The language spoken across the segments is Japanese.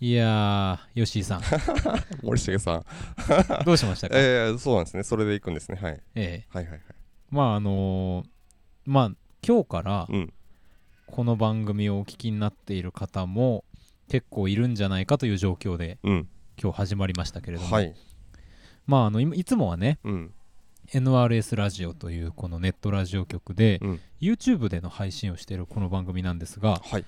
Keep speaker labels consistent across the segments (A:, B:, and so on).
A: いやー、吉井さ ん、
B: 森重さん。
A: どうしましたか、え
B: えー、そうなんですね。それで行くんですね。はい。
A: え
B: はいはいはい。
A: まあ、あのーまあ、今日から
B: うん。
A: この番組をお聞きになっている方も結構いるんじゃないかという状況で、
B: うん。
A: 今日始まりましたけれども、
B: はい。
A: まあ、あのいいつもはね、
B: うん。
A: NRS ラジオというこのネットラジオ局で、
B: うん
A: YouTube での配信をしているこの番組なんですが、
B: はい。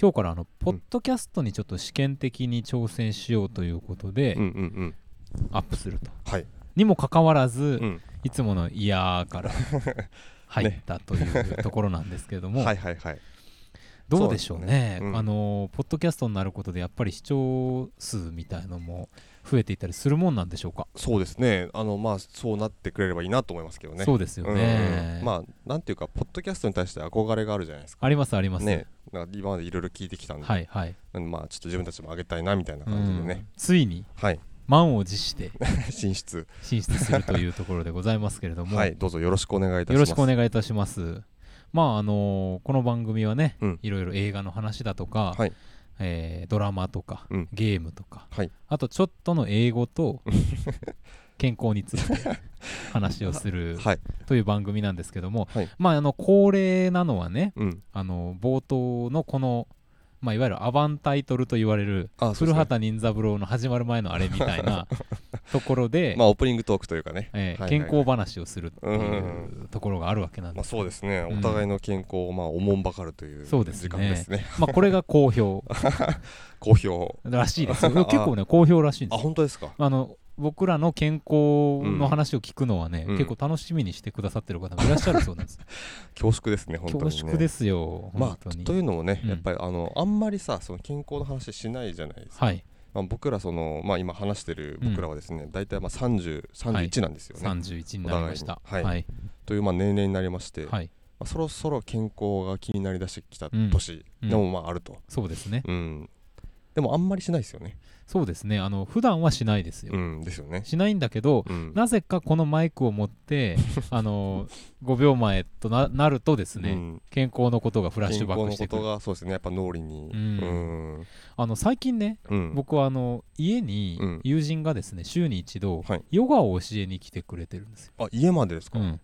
A: 今日からあのポッドキャストにちょっと試験的に挑戦しようということで
B: うんうんうん。
A: アップすると、
B: はい。
A: にもかかわらず、
B: うん。
A: いつもの「いやー」から 入ったというところなんですけれども、
B: はいはいはい。
A: どうでしょうね
B: そうですねうん
A: あのポッドキャストになることでやっぱり視聴数みたいのも増えていったりするもんなんでしょうか、
B: そうですね。あのまあそうなってくれればいいなと思いますけどね。
A: そううですよね、
B: んうんまあなんていうかポッドキャストに対して憧れがあるじゃないですか。
A: あ、りますあります、
B: ね。なんか今までいろいろ聞いてきたんで、
A: はいはい、
B: なんでまあちょっと自分たちも上げたいなみたいな
A: う
B: 感じでね
A: ん。ついに
B: はい。
A: 満を持して
B: 進出。
A: 進出するというところでございますけれども、
B: はい。どうぞよろしくお願いいたします。
A: よろしくお願いいたします。まああのこの番組はね、
B: うん
A: いろいろ映画の話だとか、
B: はい
A: えードラマとか、
B: うん
A: ゲームとか、
B: はい
A: あとちょっとの英語 と健康について話をする
B: はい。
A: という番組なんですけども、
B: はい
A: まああの恒例なのはね
B: うん。
A: あの冒頭のこの、まあ、いわゆるアバンタイトルと言われる
B: あ、そう
A: 古
B: ですね
A: 畑任三郎の始まる前のあれみたい なところで、
B: まあオープニングトークというかね。
A: えー
B: はいはい
A: 健
B: はい
A: 康話をするっていうところがあるわけなん
B: ま
A: で
B: あ
A: す、
B: そうですね、
A: うん
B: お互いの健康をまあおもんばかるという時
A: そ
B: 間
A: う
B: で
A: です
B: す
A: ね
B: ね
A: まあ、これが好評
B: 好評
A: らしいですよ
B: あ
A: 結構ね好評らしいん
B: あ
A: ですよ
B: 本当ですか
A: あの僕らの健康の話を聞くのはね、
B: うん
A: 結構楽しみにしてくださってる方もいらっしゃるそうなんです、
B: 恐縮です ね本当に、ね、
A: 恐縮ですよ
B: ま
A: 本当
B: あ
A: に、
B: というのもね、
A: うん
B: やっぱりあのあんまりさその健康の話しないじゃないですか、
A: はい
B: まあ、僕らその、まあ、今話してる僕らはですね、大体まあ
A: はい
B: 3031なんですよね、
A: 31になりました
B: お互いに
A: は
B: はいというまあ年齢になりまして、
A: はい
B: まあ、そろそろ健康が気になりだしてきた
A: うん
B: 年でもまああると、
A: そうですね
B: うんでもあんまりしないですよね、
A: そうですねあの普段はしないですよ、
B: うん、ですよね、
A: しないんだけど
B: うん、
A: なぜかこのマイクを持って あの5秒前とななるとですね、
B: うん
A: 健康のことがフラッシュバックしてく
B: 健康のこと
A: る
B: がそうですねやっぱ脳裏に
A: う
B: うんん
A: あの最近ね
B: うん
A: 僕はあの家に
B: うん
A: 友人がですね週に一度
B: はい
A: ヨガを教えに来てくれてるんですよ、
B: あ家までですか、
A: うん、
B: なんか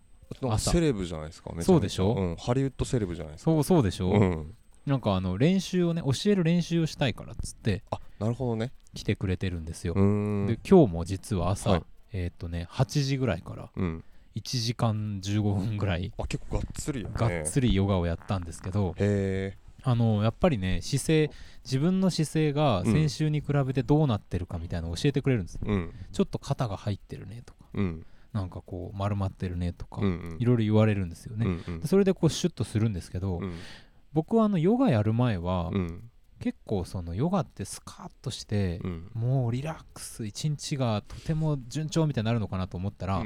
A: 朝
B: セレブじゃないですかめちゃめちゃ
A: そうでしょ
B: うん、ハリウッドセレブじゃないですか
A: そうそうでしょ、
B: うん
A: なんかあの練習をね教える練習をしたいからっつって
B: あなるほどね
A: 来てくれてるんですよ
B: う、ーん
A: で今日も実は朝、
B: はい
A: えーっとね8時ぐらいから
B: うん
A: 1時間15分ぐらい
B: あ結構がっつりよね
A: がっつりヨガをやったんですけど、
B: へえ
A: あのやっぱりね姿勢自分の姿勢が先週に比べてどうなってるかみたいなのを教えてくれるんです、
B: うん
A: ちょっと肩が入ってるねとか
B: うん
A: なんかこう丸まってるねとか、
B: うんうん
A: いろいろ言われるんですよね、
B: うんうん
A: でそれでこうシュッとするんですけど、
B: うん
A: 僕はあのヨガやる前は、
B: うん
A: 結構そのヨガってスカッとして、
B: うん
A: もうリラックス一日がとても順調みたいになるのかなと思ったら、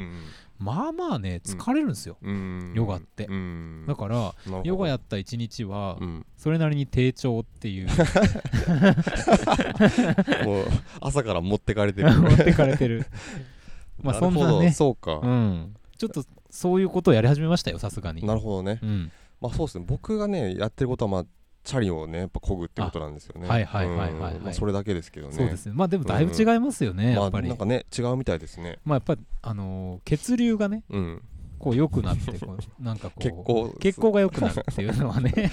A: まあまあね疲れるんですよ、
B: うん
A: ヨガって
B: うん
A: だから
B: ら
A: ヨガや
B: っ
A: った一日は、
B: うん、
A: それなりに低調っていう
B: もう朝から持ってかれてる
A: 持ってかれてる まあ
B: るほど
A: そんなね
B: そうか、
A: うんちょっとそういうことをやり始めましたよさすがに
B: なるほどね、
A: うん
B: まあそうですね僕がねやってることはまあチャリをねやっぱ漕ぐってことなんですよね
A: あはいはいはいはいはい
B: うんまあそれだけですけどね
A: そうですねまあでもだいぶ違いますよね、やっぱ
B: まあ
A: り、
B: なんかね違うみたいですね
A: まあやっぱりあのー血流がね
B: うん
A: こう良くなってこうなんかこう
B: 結構
A: 血行が良くなるっていうのはね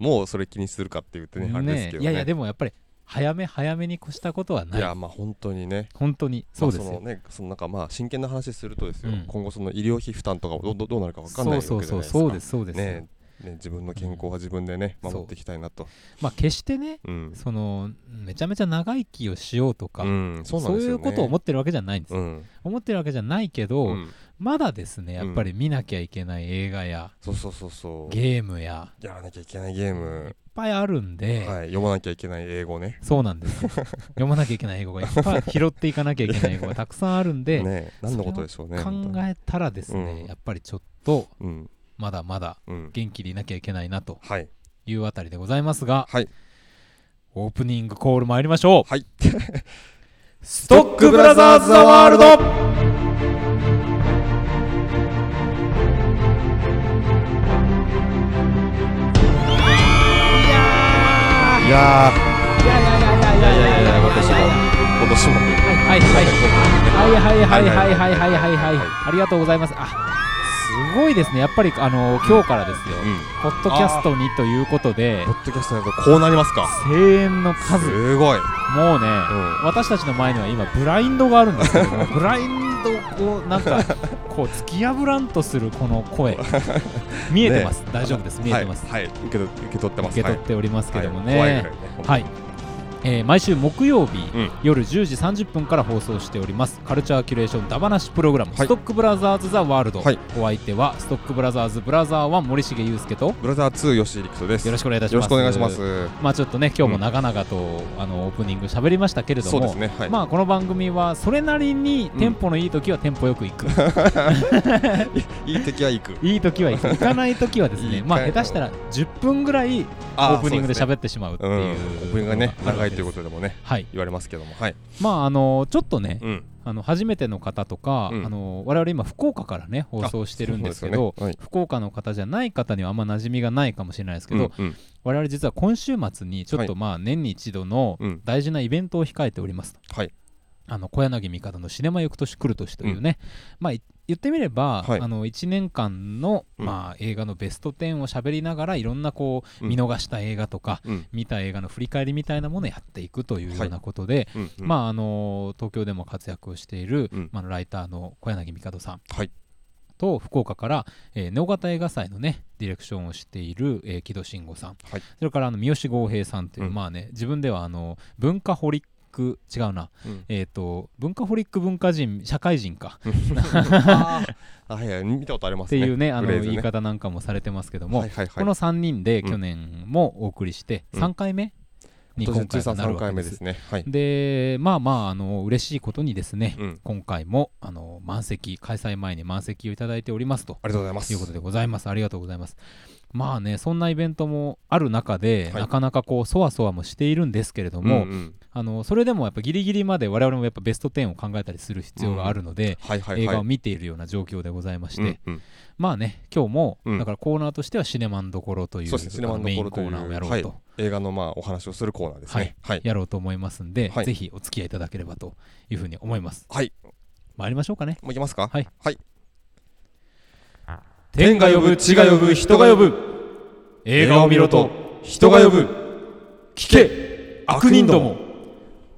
B: もうそれ気にするかって言ってねあれですけどね
A: いやいやでもやっぱり早め早めに越したことはない
B: いやまあ本当にね
A: 本当にそうです
B: まあ
A: よ
B: そ、のねそのなんかまあ真剣な話するとですよ、
A: うん
B: 今後その医療費負担とかもどどどうなるかわかんないわけじ
A: そ
B: ゃないうです
A: そ
B: か
A: うそうそうですそうです、
B: ねね自分の健康は自分でね
A: うん
B: 守っていきたいなと
A: まあ決してね
B: うん
A: そのめちゃめちゃ長生きをしようとか、
B: うんそうなん
A: そう
B: です
A: い
B: よね
A: うことを思ってるわけじゃないんです、
B: うん
A: 思ってるわけじゃないけど、
B: うん
A: まだですねやっぱり見なきゃいけない映画や
B: そうそうそうそう
A: ゲームや
B: やらなきゃいけないゲーム、
A: いっぱいあるんで、
B: はい読まなきゃいけない英語ね
A: そうなんです よ読まなきゃいけない英語がいっぱい拾っていかなきゃいけない英語がたくさんあるんで、
B: ね何のことでしょうね
A: 考
B: 本当に
A: えたらですね、
B: うん
A: やっぱりちょっと
B: うん
A: まだまだ
B: うん
A: 元気でいなきゃいけないなと
B: はい
A: いうあたりでございますが、
B: はい
A: オープニングコール参りましょう
B: はい
A: ストックブラザーズ・ザ・ワールド
B: い
C: いやいやいやいや
B: や
C: い
B: ンドしまって
A: はいはいはいはいはいはいはいはいはいはいはいありがとうございますあすごいですねやっぱりあの今日からですよ、
B: うん
A: ポッドキャストにということで
B: ポッドキャストだとこうなりますか
A: 声援の数も
B: すごい、
A: うね、
B: うん
A: 私たちの前には今ブラインドがあるんです けどもブラインドをなんかこう突き破らんとするこの声見えてます、大丈夫です見えてます、
B: はい、はい受け取受け取ってま
A: 受
B: す
A: け取っておりますけどもね、
B: はい怖いぐら
A: はいい
B: ね
A: えー毎週木曜日、
B: うん
A: 夜10時30分から放送しておりますカルチャーキュレーションダバなしプログラム、
B: はい
A: ストックブラザーズ・ザ・ワールド、
B: はい
A: お相手はストックブラザーズ・ブラザー1森重裕介とよ
B: ブラザー2吉井陸斗です
A: ろしくお願いいたし
B: よろ
A: ま
B: し
A: す
B: くお願いします
A: まあちょっとね今日も長々と、あのオープニング喋りましたけれども
B: そうですねはい、
A: まあこの番組はそれなりにテンポのいい時はテンポよく行く、
B: いい敵は 行く
A: いい時は行く行かない時はですね
B: いいか
A: まあ下手したら10分ぐらいオ
B: あ
A: ープニングで
B: そう
A: 喋ってしまうって
B: す
A: いう
B: ねうん、オープニングがね長いということとでもね
A: はい
B: 言われますけどもはい、
A: まああのちょっとね、
B: うん、
A: あの初めての方とか、
B: うん
A: あの我々今福岡からね放送してるんですけど
B: そうですよね
A: 福岡の方じゃない方にはあんま馴染みがないかもしれないですけど、
B: はいうんうん
A: 我々実は今週末にちょっとまあ年に一度の
B: うん
A: 大事なイベントを控えておりますと、
B: はい
A: あの小柳帝の「シネマ翌年来る年」というね、まあい言ってみれば、
B: はい
A: あの1年間の、
B: うん
A: まあ、映画のベスト10を喋りながらいろんなこう
B: うん
A: 見逃した映画とか、
B: うん
A: 見た映画の振り返りみたいなものをやっていくというようなことで、
B: うんうん、
A: まああの東京でも活躍をしている、
B: うん
A: まあ、ライターの小柳帝さん、
B: はい
A: と福岡から、えー、直方映画祭のねディレクションをしている、えー、木戸慎吾さん、
B: はい
A: それからあの三好剛平さんっていう、
B: うん
A: まあね自分ではあの文化ホリック違うな、
B: うん
A: えっ、と文化ホリック文化人社会人か
B: あー あはいはい見たことありま
A: っ
B: す
A: て
B: ね
A: いうねあ
B: フ
A: の
B: レーズ
A: 言
B: ね
A: い方なんかもされてますけども、
B: はいはいはい
A: この3人で
B: うん
A: 去年もお送りして
B: うん
A: 3回目に今回はなる
B: 3
A: わけ
B: 回
A: で
B: 目
A: す
B: で。すねはい
A: でまあまああの嬉しいことにですね、
B: うん
A: 今回もあの満席開催前に満席をいただいておりますと
B: ありがとうございます
A: いうことでございますありがとうございますまあねそんなイベントもある中で、
B: はい
A: なかなかこうそわそわもしているんですけれども、
B: んん
A: あのそれでもやっぱギリギリまで我々もやっぱベスト10を考えたりする必要があるので、
B: はいはいはい
A: 映画を見ているような状況でございまして、
B: うんうん
A: まあね今日も、
B: うん
A: だからコーナーとしてはシネマンどころという
B: そうですねシネマン
A: メ
B: ど
A: イ
B: こ
A: ンコ
B: ろという
A: ーナーをやろうと
B: 映画のまあお話をするコーナーですねはい
A: やろうと思いますんで、
B: はい
A: ぜひお付き合いいただければというふうに思います。
B: はい
A: 参りましょうかね。
B: もういきますか
A: はい
B: はい
A: 天
B: が呼ぶ地が呼ぶ人が呼ぶ
A: 映
B: 人が呼ぶ聞け悪人ども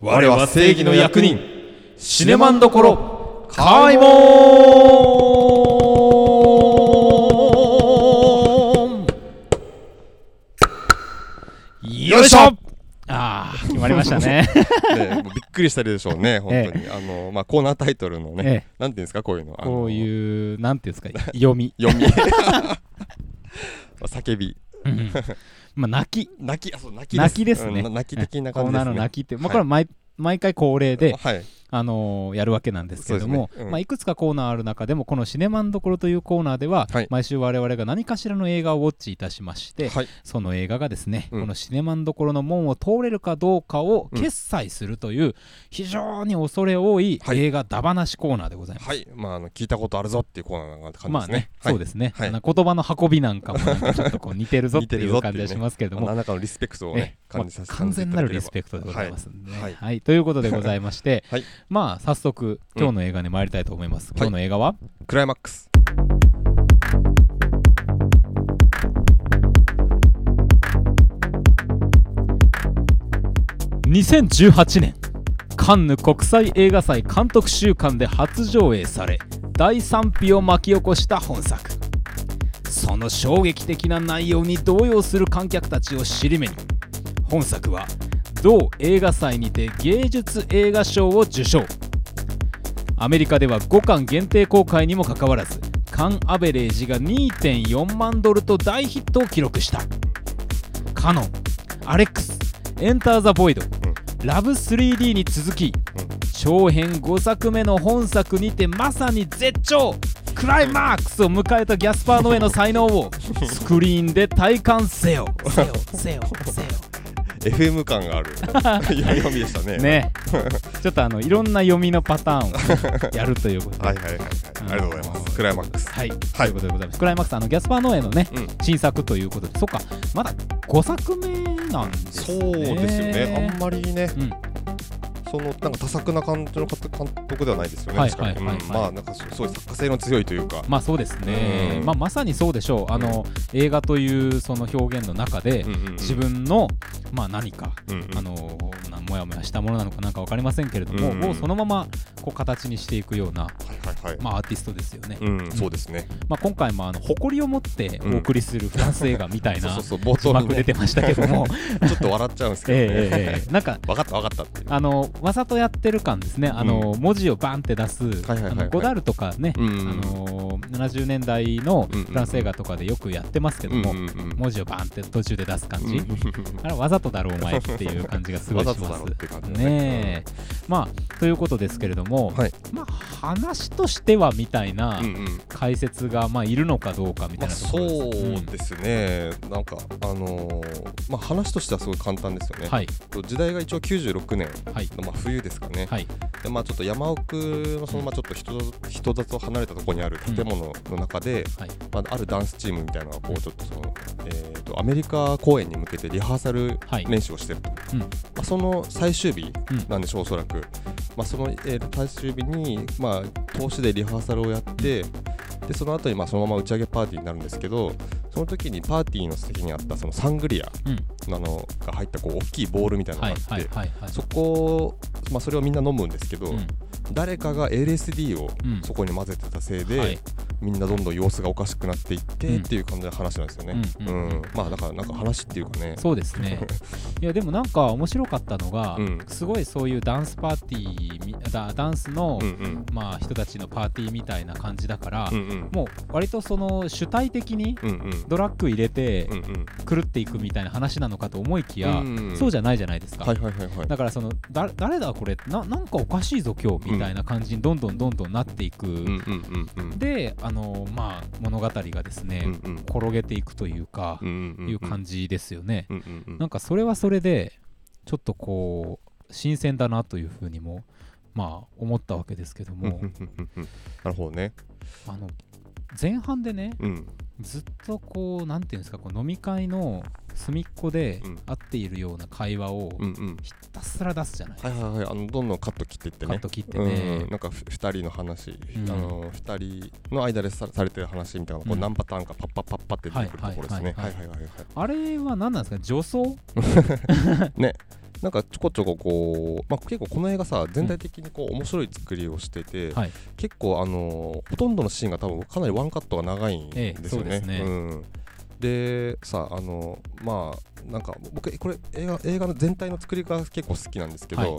B: 我は正義の役人
A: シ
B: ネマンどこ
A: ろ
B: 開門
A: よいしょああ決まりました ね。
B: ねもうびっくりしたでしょう ね本当にあのまあコーナータイトルの
A: え
B: ねなんていうんですかこういうのあの
A: こういうなんていうんですか読み、
B: 読み 叫び
A: うんまあ泣き
B: 泣きあそう泣き
A: 泣きですね
B: うん泣き的な
A: コ
B: 感
A: ー
B: じで
A: ナー
B: す
A: の
B: ね
A: 泣きって、まあ、これ
B: はい
A: は毎,、毎回恒例で、
B: はい
A: あのーやるわけなんですけれど
B: そ
A: も、
B: うですねうん
A: まあ、いくつかコーナーある中でもこの「シネマンどころ」というコーナーでは、
B: はい
A: 毎週我々が何かしらの映画をウォッチいたしまして、
B: はい
A: その映画がですね、
B: うん
A: このシネマンどころの門を通れるかどうかを
B: うん
A: 決済するという非常に恐れ多い
B: はい
A: 映画だばなしコーナーでございます。
B: はいまああの聞いたことあるぞっていうコーナーな感じ
A: ま
B: で
A: あ
B: す
A: ね
B: ね、
A: そうですね、
B: はい
A: あの言葉の運びなんかもなんかちょっとこう似てるぞっ
B: 似
A: て
B: て
A: い
B: る
A: う
B: ぞってい
A: 感
B: うね
A: じがしますけれども、
B: 何らかのリスペクトをね感じさせて
A: まあ完全なるリス
B: ク
A: ペクトでございますんでね、
B: はい
A: はい
B: は
A: ということでございまして、
B: はい
A: まあ早速今日の映画に参りたいと思います、
B: ん
A: 今日の映画は、
B: トクライマックス
A: 2018年カンヌ国際映画祭監督週間で初上映され大賛否を巻き起こした本作その衝撃的な内容に動揺する観客たちを尻目に本作は同映画祭にて芸術映画賞を受賞アメリカでは5巻限定公開にもかかわらず缶アベレージが2.4万ドルと大ヒットを記録したカノンアレックスエンター・ザ・ボイド、ラブ 3D に続き、長編5作目の本作にてまさに絶頂クライマックスを迎えたギャスパーノエの才能をスクリーンで体感せよせよせよせよ
B: FM 感がある読みでしたね
A: ねちょっとあのいろんな読みのパターンをやるということで
B: はいはいはいはいありがとうございますクライマックス
A: はい、
B: はい
A: ということでございます。クライマックス、あのギャスパー・ノエのね、
B: うん
A: 新作ということで、そっか、まだ5作目なんです
B: そ
A: ね。
B: うですよねあんまりね
A: うん、
B: そのなんか多作な感じの監督ではないですよね、
A: はい
B: 確かに、
A: はいはい
B: うん
A: はい
B: まあなんかすごい作家性の強いというか、
A: まあそうですね、
B: うん
A: まあ、まさにそうでしょうあの映画というその表現の中で
B: うんうんうん
A: 自分の、まあ、何か、
B: うんうん
A: あのなもやもやしたものなのかなんか分かりませんけれども、
B: うんうん
A: をそのままこう形にしていくような、
B: はいはいはい、
A: まあ、アーティストですよね、
B: うん、そうですね、
A: まあ、今回もあの誇りを持ってお送りするフランス映画みたい
B: そう
A: な
B: そうそう冒
A: 字
B: 頭に
A: 幕
B: ね
A: 出てましたけど も、
B: ちょっと笑っちゃうんですけどね、
A: ええええええなんか
B: 分かった分かったっていう。
A: あのわざとやってる感ですね、あの文字をバンって出す、
B: はいはいはいはい
A: あのゴダールとかね、
B: うん
A: あの70年代の
B: うんうん
A: フランス映画とかでよくやってますけども、
B: うんうんうん
A: 文字をバンって途中で出す感
B: う
A: じ、
B: ん
A: あれはわざとだろ、お前っていう感じがすごいします。
B: わざとだろって感じだね
A: ねえまあ、ということですけれども、
B: はい
A: まあ、話としてはみたいな
B: うんうん
A: 解説が、まあ、いるのかどうかみた
B: ま
A: い
B: あ、
A: なとこ
B: そ
A: ろです。
B: うですね、なんか、あのーまあ、話としてはすごい簡単ですよね、
A: うんはい、
B: と時代が一応96年
A: はい、
B: の、まあ、冬ですかね、
A: はい、
B: でまあ、ちょっと山奥のその、まあ、ちょっと人人里離れたところにある建物の中で、
A: はい、
B: まあ、あるダンスチームみたいなのがこうちょっとその、えー、とアメリカ公演に向けてリハーサル
A: はい
B: 練習をしてると、
A: うん
B: まあ、その最終日
A: うん
B: なんでしょう、おそらく、まあ、その、えー最終日に、まあ、投資でリハーサルをやってでその後にまあそのまま打ち上げパーティーになるんですけどその時にパーティーの席にあったそのサングリア
A: うん、
B: あのが入ったこう大きいボールみたいなの
A: は
B: が
A: い
B: あって、、
A: はい、はい、はい、
B: そこを、まあ、それをみんな飲むんですけど、
A: うん
B: 誰かが LSD を
A: うん
B: そこに混ぜてたせいで、
A: はい
B: みんなどんどん様子がおかしくなっていって、
A: うん
B: っていう感じの話なんですよね。
A: う
B: うんん
A: うんうん
B: まあだからなんか話っていうかね。
A: そうです ねいやでもなんか面白かったのが、
B: うん
A: すごいそういうダンスパーティーみダダンスの、
B: うんうん
A: まあ、人たちのパーティーみたいな感じだから、
B: うんうん
A: もう割とその主体的に
B: うんうん
A: ドラッグ入れて
B: うんうん
A: 狂っていくみたいな話なのかと思いきや、
B: うん
A: そうじゃないじゃないですか。
B: はいはいはいはい。
A: だからそのだ誰だこれななんかおかしいぞ今日みたいな感じにどんどんどんどんなっていく、
B: うんうんうんうん
A: であのまあ物語がですね、
B: うんうん
A: 転げていくというか、
B: うんうん
A: いう感じですよね。
B: うんうんうん
A: なんかそれはそれでちょっとこう新鮮だなというふうにもまあ思ったわけですけど
B: うん
A: も
B: うんうんうんうんなるほどね。
A: あの前半でね
B: うん
A: ずっとこうなんていうんですかこう飲み会の隅っこで
B: うん
A: 会っているような会話を
B: うんうん。
A: ひたすら出すじゃない、
B: はいはいはい。あのどんどんカット切っていって
A: カッ
B: ね。
A: ト切って
B: うん
A: ね、
B: なんかふ二人の話、
A: ん
B: あの二人の間でさされてる話みたいなのがこ
A: う
B: うん何パターンかパッパッパッパって出てくるところですね。
A: は
B: はいい
A: は
B: はいはいはい。
A: あれは何なんですか女装
B: ねなんかちょこちょここう、まあ、結構この映画さ全体的にこう面白い作りをしてて、
A: はい
B: 結構あのーほとんどのシーンが多分かなりワンカットが長いん
A: ええ
B: です
A: そ
B: よ
A: う
B: ね。
A: ですね
B: んでさあのーまあなんか僕これ映画映画の全体の作りが結構好きなんですけど、
A: はい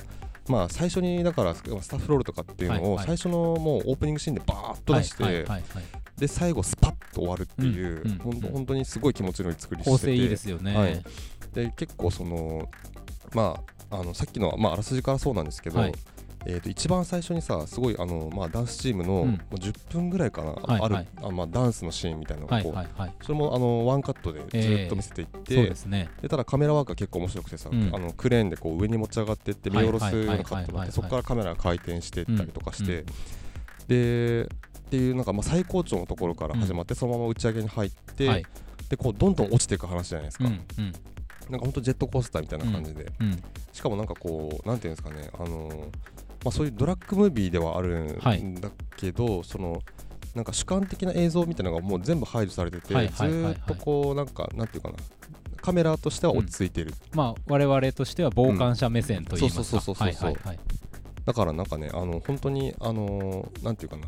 B: まあ最初にだからスタッフロールとかっていうのを
A: はい
B: 最
A: はい
B: 初のもうオープニングシーンでバーッと
A: はい
B: 出して、
A: はいはいはい
B: で最後スパッと終わるっていう、
A: うんうん
B: ほんと
A: うん
B: 本当にすごい気持ちのいい作りしてて
A: 構成いいですよね、
B: はいで結構そのまああのさっきの、まあ、あらすじからそうなんですけど、
A: はい
B: えー、と一番最初にさすごいあの、まあ、ダンスチーム
A: う
B: の、
A: ん
B: まあ10分ぐらいかな、
A: はい
B: ある
A: はい
B: あ、まあ、ダンスのシーンみたいなの
A: は
B: が
A: い
B: こう、
A: はいはい
B: それもあのワンカットで
A: え
B: ず
A: え
B: っと見せていって、
A: そうですね
B: でただカメラワークが結構面白くてさ、
A: うん
B: あのクレーンでこう上に持ち上がっていって見下ろすようなカットが
A: はいはいはいはいはい
B: あってそこからカメラが回転していったりとかして、
A: う
B: でっていうなんかまあ最高潮のところから始まって、そのまま打ち上げに入って、
A: はい
B: でこうどんどん落ちていく話じゃないです
A: うん
B: か、
A: うん
B: なんか本当ジェットコースターみたいな感じで、
A: うん
B: しかもなんかこうなんていうんですかねあのーまあそういうドラッグムービーではある
A: はい
B: んだけど、そのなんか主観的な映像みたいなのがもう全部排除されてて、
A: はいはいはいはい
B: ずーっとこうなんかなんていうかなカメラとしては落ち着いてる、
A: まあ我々としては傍観者目線といいますか、
B: うんそうそうそうそうそう
A: はいはいはい
B: だからなんかねあの本当にあのーなんていうかな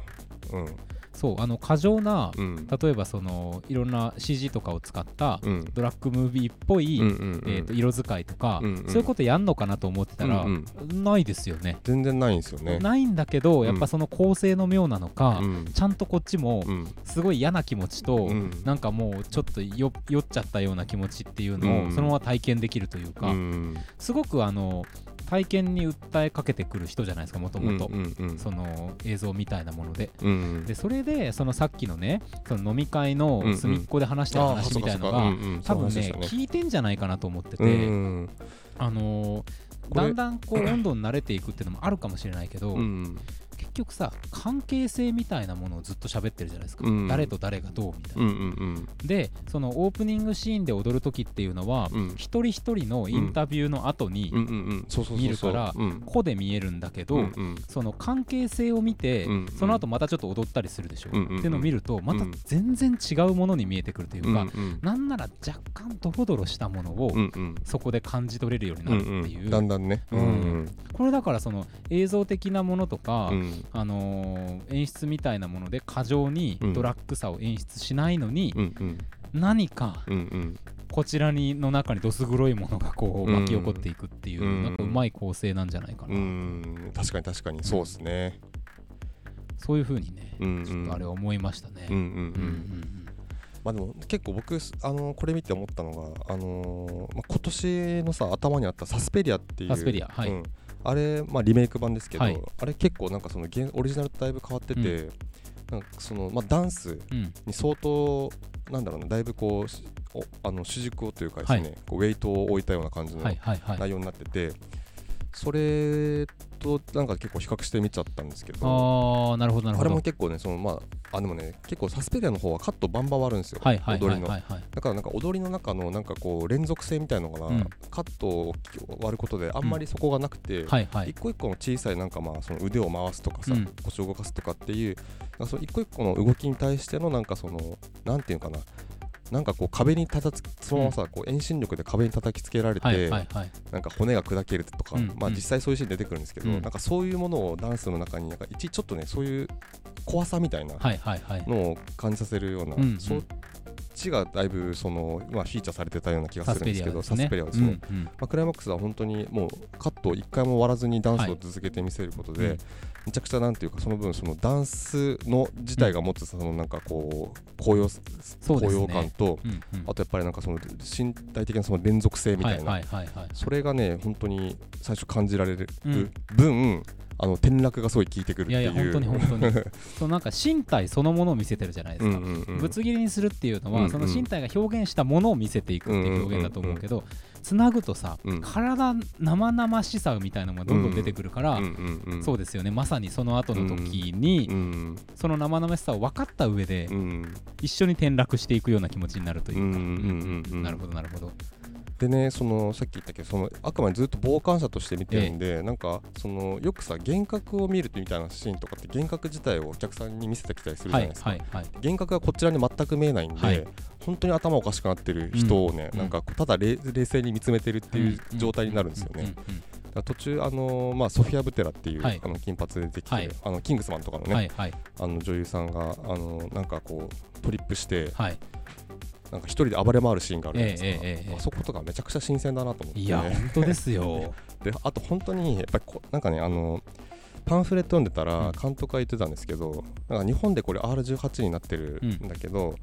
B: うん
A: そうあの過剰な
B: うん
A: 例えばそのいろんな CG とかを使った
B: うん
A: ドラッグムービーっぽい、
B: うんうんうん
A: えー、と色使いとか、
B: うんうん
A: そういうことやんのかなと思ってたら、
B: うん
A: ないですよね
B: 全然ないんですよね
A: ないんだけど
B: ん
A: やっぱその構成の妙なのか、
B: うん
A: ちゃんとこっちも
B: うん
A: すごい嫌な気持ちと、
B: うん
A: なんかもうちょっとよ酔っちゃったような気持ちっていうの
B: う
A: を
B: ん
A: そのまま体験できるというか、
B: うん
A: すごくあの体験に訴えかけてくる人じゃないですかもともと
B: うんうんうん
A: その映像みたいなもので。
B: うん
A: でそれでそのさっきのねその飲み会の
B: うんうん
A: 隅っこで話してる
B: あー
A: 話
B: そ
A: み
B: うか
A: たいう
B: そ
A: の
B: か
A: が、
B: うんうん
A: 多
B: そう
A: 分
B: 話で
A: ね
B: した
A: 聞いてんじゃないかなと思ってて、
B: うん
A: あのー
B: これ
A: だんだんこう温度に慣れていくっていうのもあるかもしれないけど、
B: うん
A: 結結局さ関係性みたいなものをずっと喋ってるじゃないですか、
B: うん
A: 誰と誰がどうみたいな、
B: うんうん
A: でそのオープニングシーンで踊る時っていうのは、
B: うん
A: 一人一人のインタビューの後に
B: うんうんうんうんそうそうそうそう
A: 見るから
B: うん
A: 個で見えるんだけど、
B: うんうん
A: その関係性を見て、
B: うん
A: その後またちょっと踊ったりするでしょ、
B: うんうんうん
A: っていうのを見るとまた全然違うものに見えてくるという
B: うん
A: か、
B: うん
A: なんなら若干ドロドロしたものを、
B: うんうん
A: そこで感じ取れるようになるっていう、
B: んんだんだんね
A: うんこれだからその映像的なものとか、
B: うん
A: あのー演出みたいなもので過剰に
B: うん
A: ドラッグさを演出しないのに、
B: うんうん
A: 何か
B: うんうん
A: こちらにの中にどす黒いものがこう
B: うん
A: 巻き起こっていくっていう、
B: うん
A: なんかうまい構成なんじゃないかな、
B: うん確かに確かにそうですね
A: そういう風にね、
B: うんうん
A: ちょっとあれは思いましたね。
B: うんうんう
A: うんうん
B: んまあでも結構僕あのこれ見て思ったのがあのーまあ今年のさ頭にあったサスペリアっていう
A: サスペリアはい
B: うんあれまあリメイク版ですけど
A: はい
B: あれ結構なんかその原オリジナルとだいぶ変わっててなんかそのまあダンス
A: うん
B: に相当なんだろうなだいぶこうしおあの主軸をというかですね、
A: は
B: こうウェイトを置いたような感じの
A: はいはいはい。
B: 内容になってて、それとなんか結構比較してみちゃったんですけど
A: ああなるほどなる
B: あ
A: ほ
B: れ
A: ど。
B: も結構ねそのまああでもね結構サスペリアの方はカットバンバンあるんですよ、
A: はいはい
B: 踊
A: は
B: り
A: い
B: の
A: はいはい。
B: だからなんか踊りの中のなんかこう連続性みたいのが、
A: うん
B: カットを割ることであんまりそこがなくて、
A: はいはい
B: 一。個一個の小さいなんかまあその腕を回すとかさ、
A: うん
B: 腰を動かすとかっていうなんかその一個一個の動きに対してのなんかそのなんていうのかななんかこう壁にたたつそのままさ、こう遠心力で壁に叩きつけられて、
A: はいはいはい。
B: なんか骨が砕けるとか、
A: うん
B: まあ
A: うん
B: 実際そういうシーン出てくるんですけど、
A: うん
B: なんかそういうものをダンスの中になんか一ちょっとねそういう怖さみたいな
A: はいはいはい。
B: のを感じさせるような、
A: うんうん
B: そっちがだいぶそのまあフィーチャーされてたような気が
A: サ
B: する
A: スペ
B: んです
A: リアは
B: けど
A: ですね。
B: はですね。
A: うんうん
B: まあ、クライマックスは本当にもうカットを一回も割らずにダンス
A: は
B: を
A: い
B: 続けて見せることで、
A: うん
B: めちゃくちゃなんていうかその分そのダンスの自体が持つそのなんかこう高揚す
A: そうで
B: 高
A: すね
B: 揚感と、
A: うんうん
B: あとやっぱりなんかその身体的なその連続性みたいな、
A: はいはいはいはい。
B: それがね本当に最初感じられる
A: うん
B: 分あの転落がすごい効いてくるっ
A: い
B: てい
A: や
B: う
A: いや本当に本 当にそのなんか身体そのものを見せてるじゃないで
B: う
A: すか、
B: んうんうん
A: ぶつ切りにするっていうのは、
B: うんうん
A: その身体が表現したものを見せていくっていう表現だと思うけど、つなぐとさ、
B: うん
A: 体生々しさみたいなのがどんどん出てくるから、
B: うんうんうん
A: そうですよねまさにその後の時に、
B: うん
A: その生々しさを分かった上で、
B: うん
A: 一緒に転落していくような気持ちになるというか、
B: うんうんうんうん
A: なるほどなるほど
B: でねそのさっき言ったけどそのあくまでずっと傍観者として見てるんで、なんかそのよくさ幻覚を見るみたいなシーンとかって幻覚自体をお客さんに見せてきたりするじ
A: は
B: ゃない
A: い
B: ですか、
A: はいはい
B: 幻覚がこちらに全く見えないんで、
A: はい
B: 本当に頭おかしくなってる人をね、
A: うん
B: なんかこうただ冷冷静に見つめてるっていう
A: うん
B: 状態になるんですよね、
A: うんうん
B: だから途中あの、まあ、ソフィア・ブテラっていう、
A: はい
B: あの金髪で出てきて、
A: はい
B: あのキングスマンとかの
A: うん
B: ね、
A: はいはい
B: あの女優さんがあのなんかこうトリップして
A: はい
B: なんか一人で暴れ回るシーンがあるじゃないですか、
A: ええええええ
B: あそことかめちゃくちゃ新鮮だなと思って、ね、
A: いや本当です よ
B: であと本当にやっぱりこなんかねあのパンフレット読んでた
A: うん
B: ら監督が言ってたんですけど、なんか日本でこれ R18 になってるんだけど、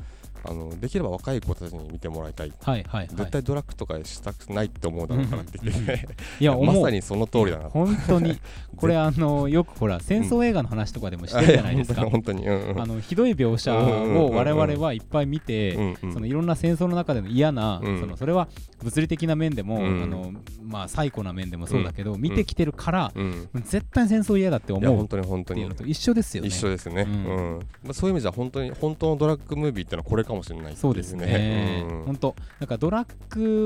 B: あのできれば若い子たちに見てもらいたい、
A: はいはいは
B: 絶
A: い
B: 対ドラッグとかしたくないって思うだろうからって言ってて、
A: いや
B: ま
A: 思う
B: さにその通りだな
A: 本当 にこれあのよくほら戦争映画の話とかでもしてるじゃないですか
B: 本当に本当に、うんうん
A: あのひどい描写を我々はいっぱい見
B: う
A: て
B: んうん
A: そのいろんな戦争の中での嫌な
B: うん
A: そのそれは物理的な面でもあ
B: うん
A: のまあ最古な面でもそうだけど見てきてるから
B: うん
A: 絶対戦争嫌だって
B: い
A: 思
B: や
A: うっ
B: 本当に本当
A: てい
B: に
A: うのと一緒ですよね
B: 一緒ですね、
A: うん
B: うんまあ、そういう意味じゃ本当に本当のドラッグムービーってのはこれかもしれないってい
A: そうですね
B: うん
A: 本当なんかドラッ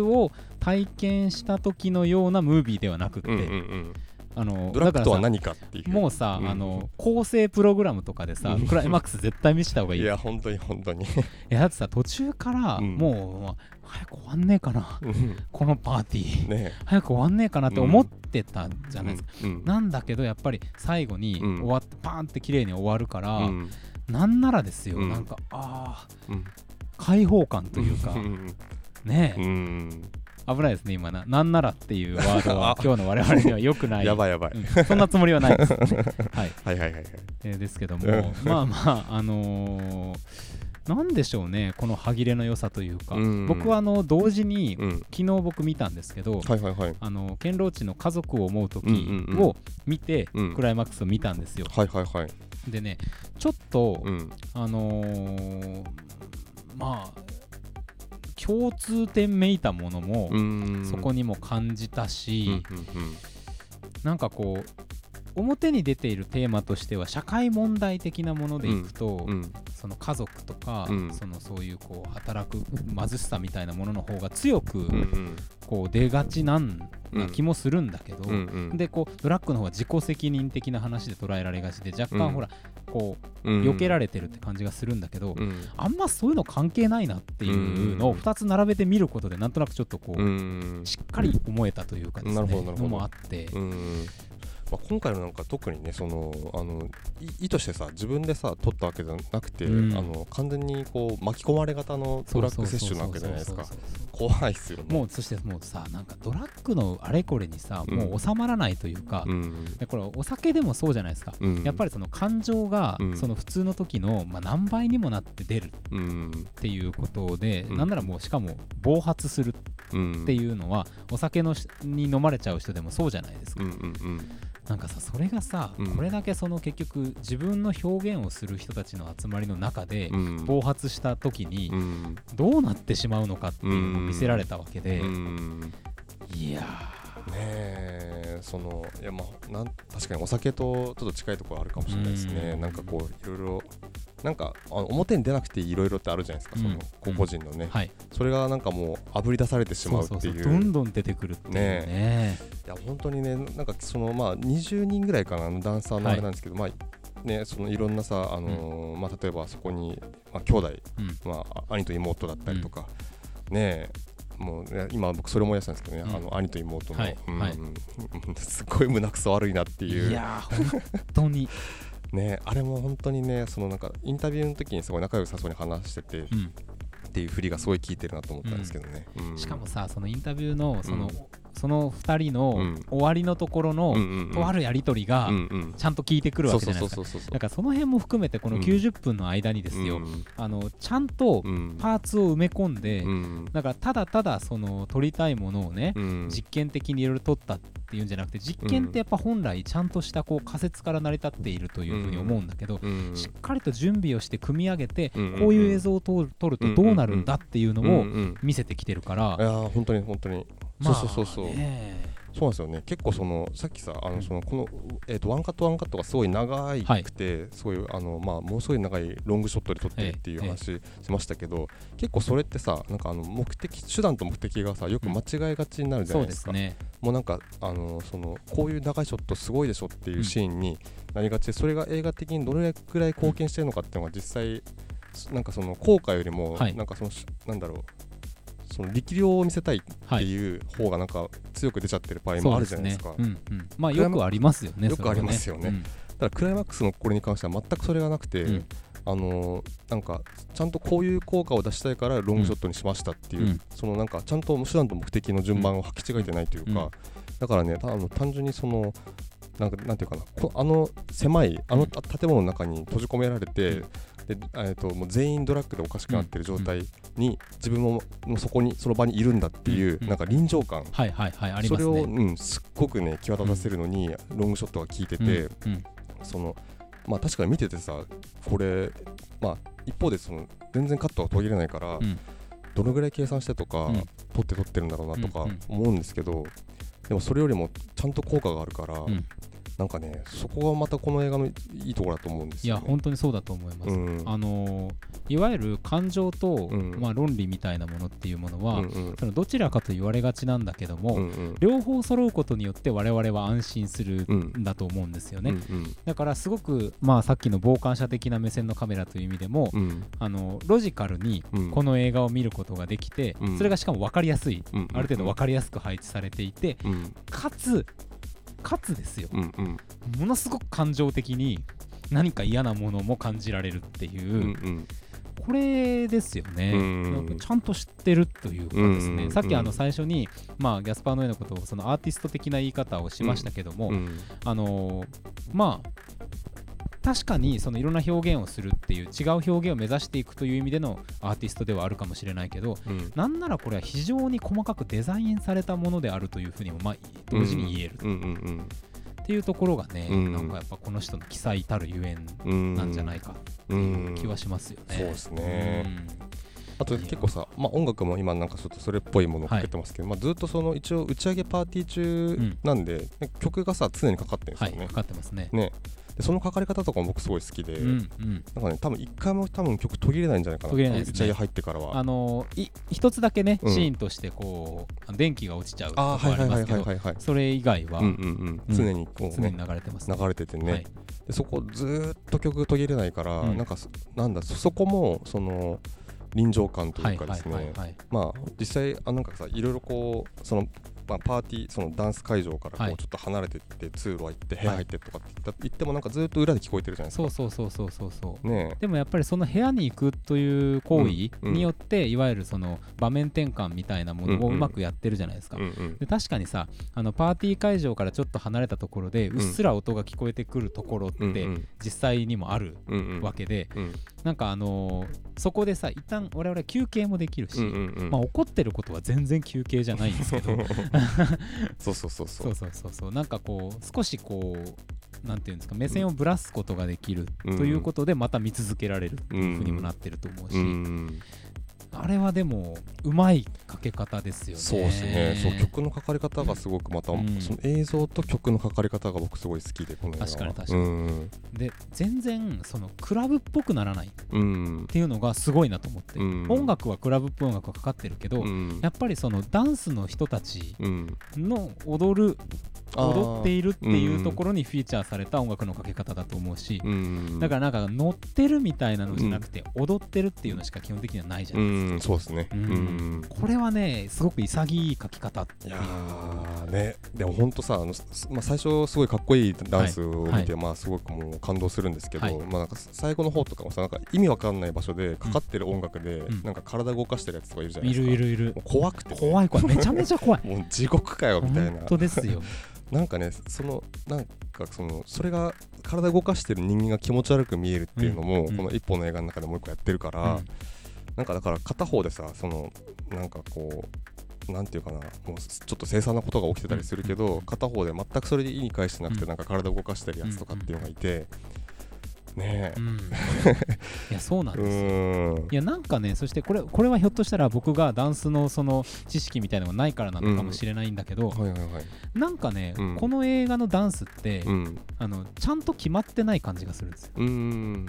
A: グを体験した時のようなムービーではなくっ
B: うんうん
A: てあの
B: ドラッ
A: だ
B: グ
A: か
B: と
A: ら
B: は
A: さ
B: 何かっていう
A: もうさ、
B: うん
A: あの構成プログラムとかでさ
B: うん
A: クライマックス絶対見せた方がいい
B: い
A: よ
B: や本当に本当に
A: いやだってさ途中から
B: うん
A: もう、まあ早く終わんねえかな このパーティー
B: ね
A: 早く終わんねえかなって思ってたじゃないですか、
B: うんうん
A: なんだけどやっぱり最後に
B: うん
A: 終わってパーンって綺麗に終わるから、
B: うん
A: なんならですよ、
B: うん
A: なんかあ
B: うん
A: ー開放感というか
B: うん
A: ね
B: う
A: え
B: ん
A: 危ないですね今ななんならっていうワー ドは今日の我々には良くない
B: やばいやばい、
A: うんそんなつもりはない です、はい
B: はいはいはいはい
A: えーですけどもまあまああのーなんでしょうねこの歯切れの良さというか、
B: うん
A: 僕はあの同時に、
B: うん
A: 昨日僕見たんですけど、
B: はいはいはい
A: あの堅牢地の家族を思う時
B: うんうんうん
A: を見て、
B: うん
A: クライマックスを見たんですよ、
B: はいはいはい
A: でねちょっと、
B: うん
A: あのーまあ共通点めいたものも、
B: うん
A: そこにも感じたし、
B: うんうんうん
A: なんかこう表に出ているテーマとしては社会問題的なものでいくと、
B: うん
A: その家族とか、
B: うん
A: そのそういうこう働く 貧しさみたいなものの方が強く
B: うんうん
A: こう出がちなんな気もするんだけど、
B: うんうん
A: でこうドラッグの方は自己責任的な話で捉えられがちで若
B: う
A: 干
B: ん
A: ほら、こ
B: う
A: うん避けられてるって感じがするんだけど、
B: うん
A: あんまそういうの関係ないなっていうのを
B: うん
A: 2つ並べて見ることでなんとなくちょっとこう、
B: うん
A: しっかり思えたというかです
B: なるほ
A: ね
B: どなるほど
A: のもあって、
B: うんまあ、今回のなんか特にねそのあのい意図してさ自分でさ取ったわけじゃなくて、
A: うん
B: あの完全にこう巻き込まれ型の
A: そ
B: ド
A: う
B: ラッ
A: そ
B: グ
A: う
B: 摂
A: そう
B: 取な
A: そ
B: わけ
A: う
B: じ
A: そ
B: ゃ
A: う
B: ないです
A: そ
B: か
A: うそう
B: 怖いっすよね
A: もうそしてもうさなんかドラッグのあれこれにさ、
B: うん
A: もう収まらないというか、
B: うん
A: でこれお酒でもそうじゃないですか、
B: うん
A: やっぱりその感情が、
B: うん
A: その普通の時の、まあ、何倍にもなって出るっ
B: うん
A: ていうことで、
B: うん
A: なんならもうしかも暴発するっ
B: うん
A: ていうのは、お酒のしに飲まれちゃう人でもそうじゃないですか、
B: うんうんうん
A: なんかさそれがさ、
B: うん
A: これだけその結局自分の表現をする人たちの集まりの中で、
B: うん
A: 暴発した時に
B: うん
A: どうなってしまうのかっていうのを見せられたわけで、
B: うんね
A: いや
B: えそのいやまあなん確かにお酒とちょっと近いところあるかもしれないですね、
A: うん
B: なんかこういろいろなんかあの表に出なくていろいろってあるじゃないですか、
A: うん
B: その個々人のね、
A: ーはい
B: それがなんかもうあぶり出されてしまうっていう
A: そうそうそうどんどん出てくるっていうね
B: いや本当にねなんかそのまあ20人ぐらいかなあのダンサーのあれなんですけど、まあねそのいろんなさあのーまあ例えばそこにまあ兄弟
A: うん
B: まああ兄と妹だったりとか、ねえもういや今僕それ思い出したんですけどね、
A: うん
B: あの兄と妹の、
A: はい
B: うん
A: はい
B: すっごい胸くそ悪いなっていう
A: いやー本当に、
B: ねあれも本当にねそのなんかインタビューの時にすごい仲良さそうに話しててっていう振りがすごい効いてるなと思ったんですけどね、うん
A: しかもさそのインタビューのその、
B: うん
A: その2人
B: う
A: の
B: ん
A: 終わりのところの、
B: うんうんうん
A: とあるやり取りが
B: うんうん
A: ちゃんと聞いてくるわけじゃないですか
B: そうそうそうそうそう
A: だからその辺も含めてこの
B: うん
A: 90分の間にですよ、
B: うん
A: あのちゃんと
B: うん
A: パーツを埋め込んで、
B: うん
A: だからただただその撮りたいものをね、
B: うん
A: 実験的にいろいろ取ったっていうんじゃなくて実験ってやっぱ本来ちゃんとしたこう仮説から成り立っているというふうに思うんだけど、
B: うん
A: しっかりと準備をして組み上げて、
B: うん
A: こういう映像を撮る撮るとどうなるんだっていうの
B: うん
A: を
B: うん
A: 見せてきてるから、
B: いやー本当に本当に、
A: まあ
B: そうそうそ
A: ね
B: うそう、そうなんですよね結構そのさっきさあ
A: う
B: の
A: ん
B: そのこの、えー、とワンカットワンカットがすごい長いくて、すごいあのまあものすごい長いロングショットで撮ってるっていう
A: ええ
B: 話しましたけど、結構それってさなんかあの目的手段と目的がさよく間違えがちになるじゃ
A: そ
B: ないうで
A: ですす
B: か、
A: ね
B: もうなんかあのそのこういう長いショットすごいでしょっていうシーンになりがちで、それが映画的にどれくらい貢献してるのかっていうのが実際なんかその効果よりも、
A: はい
B: なんかそのしなんだろうその力量を見せたいっ
A: は
B: て
A: い
B: いう方がなんか強く出ちゃってる場合も
A: そ
B: あ
A: う
B: る
A: で
B: じゃ
A: す
B: ないで
A: ね
B: すか
A: うんうんまあよくありますよね
B: よくあります
A: それは
B: よただクライマックスのこれに関しては全くそれがなくて、
A: うん
B: あのーなんかちゃんとこういう効果を出したいからロングショットにしましたっていう、
A: うん
B: そのなんかちゃんと手段と目的の順番を履き違えてないというか、
A: うん
B: だからねたあの単純にそのなんかなんていうかなこあの狭いあのた建物の中に閉じ込められて、
A: うん
B: でえー、ともう全員ドラッグでおかしくなってる状態に自分ももうそこにその場にいるんだっていう、
A: うん
B: なんか臨場感、
A: はいはいはいあり
B: そ
A: ま
B: れ
A: す
B: を、
A: ね
B: うん、すっごくね際立たせるのに、ロングショットが効いてて、
A: うんうん
B: そのまあ確かに見ててさこれまあ一方でその全然カットが途切れないから、
A: うん
B: どのぐらい計算してとか、
A: うん
B: 撮って撮ってるんだろうなとか
A: うんうん
B: 思うんですけど、でもそれよりもちゃんと効果があるから、
A: ん
B: なんかねそこがまたこの映画のいいところだと思うんです
A: いや
B: よ、ね。
A: 本当にそうだと思います、
B: うん
A: あのーいわゆる感情と、
B: うん
A: まあ、論理みたいなものっていうものは、
B: うんうん
A: そのどちらかと言われがちなんだけども、
B: うんうん
A: 両方揃うことによって我々は安心するんだと思うんですよね、
B: うん
A: だからすごく、まあ、さっきの傍観者的な目線のカメラという意味でも、
B: うんうん
A: あのロジカルに
B: うん
A: この映画を見ることができて、
B: うん
A: それがしかも分かりやすい、
B: うんうん
A: ある程度分かりやすく配置されていて
B: うん
A: かつかつですよ、
B: うんうん
A: ものすごく感情的に何か嫌なものも感じられるっていう、
B: うんうん
A: これですよね、
B: うん
A: なんかちゃんと知ってるというかですね、
B: うん
A: さっきあ
B: う
A: の
B: ん
A: 最初に、まあ、ギャスパーの絵のことをそのアーティスト的な言い方をしましたけども、
B: うん
A: あのーまあ確かにそのいろんな表現をするっていう違う表現を目指していくという意味でのアーティストではあるかもしれないけど
B: うん
A: なんならこれは非常に細かくデザインされたものであるというふうにもまあ同時に言える
B: うんうん
A: っていうところがね、
B: うん
A: なんかやっぱこの人の記載たるゆえん
B: うんうん
A: なんじゃないかって
B: う
A: いうん気はしますよね。
B: そうですね
A: うん
B: あと結構さ、まあ、音楽も今なんかちょっとそれっぽいものをかけてますけど、まあ、ずっとその一応打ち上げパーティー中なんで、曲がさ常にかかってるんです
A: は
B: よ
A: い
B: ね,、
A: かかってますね
B: ねでそのかかり方とかも僕すごい好きで、
A: うんうん
B: なんかね多分一回も多分曲途切れないんじゃないかな
A: 途切れないですね
B: 打ち上げ入ってからは
A: あのい一つだけね、
B: うん
A: シーンとしてこうあの電気が落ちちゃうと
B: あ
A: かあ
B: ーはい
A: り
B: は
A: ま
B: い
A: すけ
B: はい
A: ど
B: はいはい、
A: それ以外は
B: うんうん
A: う
B: うんん、常にこう
A: 常
B: ね
A: に流れてますね
B: 流れててね、
A: はい
B: でそこずーっと曲途切れないから、
A: うん
B: なんかそなんだそそこもその臨場感と
A: は
B: いう
A: い
B: か
A: は
B: で
A: い
B: すね、
A: はいはい
B: まあ実際あなんかさいろいろこうその、まあ、パーティーそのダンス会場からこ
A: はいう
B: ちょっと離れてって、通路入って部
A: は
B: 屋
A: い
B: 入ってとかって言った、言ってもなんかずーっと裏で聞こえてるじゃないです
A: そ
B: か
A: うそうそうそうそうそう
B: ねえ
A: でもやっぱりその部屋に行くという行為
B: うんうん
A: によって、いわゆるその場面転換みたいなものを
B: うんう
A: うんまくやってるじゃないですか、
B: うんうん
A: で確かにさあのパーティー会場からちょっと離れたところで
B: ん
A: うっすら音が聞こえてくるところっ
B: うん
A: て実際にもある
B: うんうん
A: わけで、
B: うん
A: なんかあのーそこでさ一旦我々休憩もできるし、
B: うんうんうん
A: まあ、怒ってることは全然休憩じゃないんです けど
B: そうそうそうそ
A: そううそうそうそうなんかこう少しこうなんていうんですか目線をぶらすことができる
B: うん
A: ということでまた見続けられるっていうふうにもなってると思うし、
B: うん
A: あれはでもうまいかけ方ですよね。
B: そうですねそう曲のかかり方がすごくまた、
A: うん
B: その映像と曲のかかり方が僕すごい好きでこの映画は
A: 確かに確かに
B: うん
A: で全然そのクラブっぽくならないっ
B: うん
A: ていうのがすごいなと思って、
B: うん
A: 音楽はクラブっぽい音楽がかかってるけど、
B: うん
A: やっぱりそのダンスの人たち
B: うん
A: の踊る
B: あー
A: 踊っているっていうところにフィーチャーされた音楽のかけ方だと思うし、
B: うん
A: だからなんか乗ってるみたいなのじゃなくて踊ってるっていうのしか基本的にはないじゃ
B: う
A: ないですか、
B: んそうですね
A: う
B: うんん
A: これはねすごく潔い書き方って
B: い
A: いう
B: やーねでも本当さあの、すまあ、最初すごいかっこいいダンスを見て、
A: はいは
B: まあすごくもう感動するんですけど、
A: はい
B: まあなんか最後の方とかもさなんか意味わかんない場所でかかってる音楽で、
A: ん
B: なんか体動かしてるやつとかいるじゃない
A: い
B: ですか
A: るいるいる
B: もう怖くて、
A: 怖い怖いめちゃめちゃ 怖い
B: もう地獄かよみたいな
A: 本当ですよ
B: なんかねそのなんかそのそれが体動かしてる人間が気持ち悪く見えるっていうのも、
A: うんうん
B: この一本の映画の中でもう一個やってるから、
A: うん
B: なんかだから片方でさそのなんかこうなんていうかなもうすちょっと凄惨なことが起きてたりするけど、片方で全くそれで意に介してなくて、
A: うん
B: なんか体動かしてるやつとかっていうのがいて、ねえ
A: うんいやそうなん
B: う
A: ですよ
B: ー
A: い
B: ん
A: やなんかねそしてこれこれはひょっとしたら僕がダンスのその知識みたいなのがないからなのかもしれないんだけど、
B: はいはいはい
A: なんかね、
B: うん
A: この映画のダンスって、
B: うん
A: あのちゃんと決まってない感じがするんですよ
B: うーん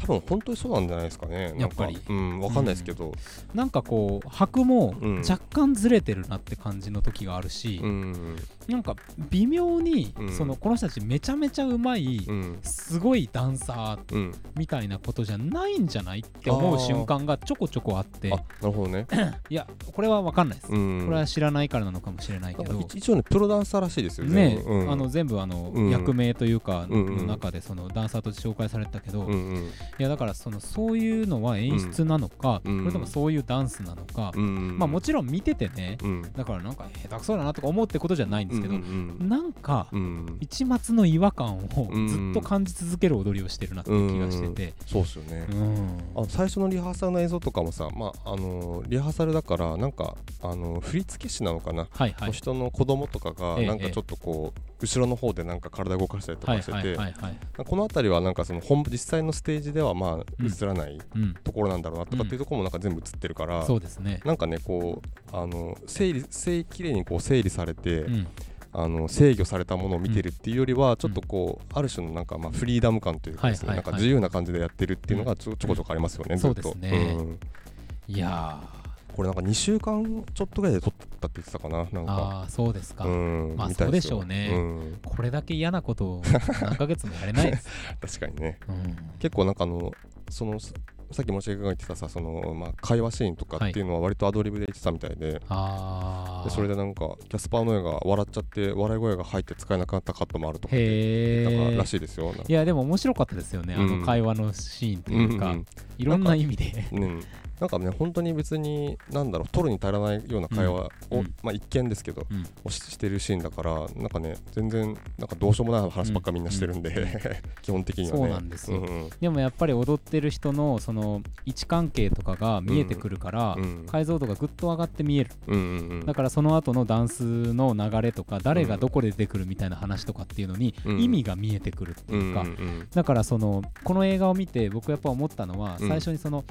B: 多分本当にそうなんじゃないですかね
A: やっぱり
B: なんかうんわかんないですけど
A: なんかこう拍も
B: うん
A: 若干ずれてるなって感じの時があるし、
B: うん
A: なんか微妙に、
B: うん
A: そのこの人たちめちゃめちゃうまい、
B: うん
A: すごいダンサー
B: うん
A: みたいなことじゃないんじゃないって思う
B: あー
A: 瞬間がちょこちょこあって
B: あなるほ どね
A: いやこれは分かんないです、
B: うん
A: これは知らないからなのかもしれないけ
B: なん
A: ど
B: か一一応ねプロダンサーらしいですよね
A: ね、
B: うん
A: あの全部あの、
B: うん
A: 役名というか
B: うんうん
A: の中でそのダンサーとして紹介されてたけど、
B: う
A: い
B: んうん
A: やだからそのそういうのは演出なのか、
B: うん
A: それともそういうダンスなのか、
B: うん
A: まあもちろん見ててね
B: うん
A: だからなんか下手くそだなとか思うってことじゃないんですけど、
B: うんうん
A: なんか
B: うんうん
A: 一抹の違和感を
B: うん
A: ずっと感じ続ける踊りをしてるなって気がしてて。
B: そうっすよね
A: うん
B: あの最初のリハーサルの映像とかもさ、まああのーリハーサルだからなんか、あのー振り付け師なのかな、
A: はいはい
B: 人の子供とかが
A: ええ
B: なんかちょっとこう、後ろの方でなんか体動かしたりと
A: はい
B: かしてて、
A: はいはいはい
B: この辺りはなんかその本実際のステージではまあ
A: うん
B: 映らない
A: うん
B: ところなんだろうなとかっていうところもなんか全部映ってるから、
A: そうですね
B: なんかねこうあの整理整綺麗にこう整理されて、
A: うん
B: あの制御されたものを見てるっていうよりは、ちょっとこうある種のなんかまあフリーダム感というかですね、
A: はいはいはい
B: なんか自由な感じでやってるっていうのがちょちょこちょこありますよね、ずっと
A: そうですね
B: うん
A: いや
B: これなんか2週間ちょっとぐらいで撮ったって言ってたかななん
A: ー
B: か
A: ああそうですか、
B: うん
A: まあ
B: みたい
A: そう
B: すよ
A: でしょうね
B: ん
A: これだけ嫌なことを何ヶ月もやれない です、
B: 確かにね
A: うん
B: 結構なんかあのそのささっき申し上げが言ってたさその、まあ、会話シーンとかっていうのは割とアドリブで言ってたみたいで,、
A: ああ
B: でそれでなんかキャスパーの絵が笑っちゃって笑い声が入って使えなくなったカットもあるとかって
A: へ
B: なんから
A: え
B: らしいですよなんか
A: いやでも面白かったですよね、あ
B: う
A: の
B: ん
A: 会話のシーンというか、
B: うんうん
A: いろんな意味で
B: うん、なんかね本当に別に何だろう取るに足らないような会話を、
A: うんうん
B: まあ、一見ですけど、
A: うん
B: をししてるシーンだからなんかね全然なんかどうしようもない話ばっかみんなしてるんで、 基本的にはね
A: そうなんですよ
B: うんうん
A: でもやっぱり踊ってる人のその位置関係とかが見えてくるから、
B: うん
A: 解像度がぐっと上がって見える
B: うんうんうん
A: だからその後のダンスの流れとか誰がどこで出てくるみたいな話とかっていうのに
B: うん
A: 意味が見えてくるっていうか、
B: うんうんうん
A: だからそのこの映画を見て僕やっぱ思ったのは
B: うん
A: 最初にその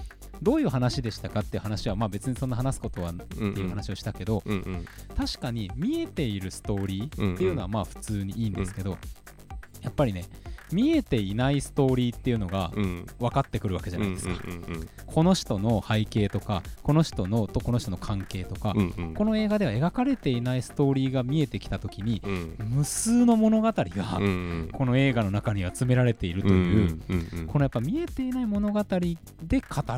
A: どういう話話でしたかっていう話はまあ別にそんな話すことはって
B: うんうん
A: いう話をしたけど、
B: うんうん
A: 確かに見えているストーリーっていうのはまあ普通にいいんですけど、やっぱりね見えていないストーリーっていうのが
B: うん
A: 分かってくるわけじゃ
B: うんう
A: ない
B: ん
A: ですか、
B: うん
A: この人の背景とかこの人のとこの人の関係とか、
B: うんうん
A: この映画では描かれていないストーリーが見えてきた時に
B: うん
A: 無数の物語が
B: うんうん
A: この映画の中には詰められていると
B: うん
A: いう、
B: うんうん
A: このやっぱ見えていない物語で語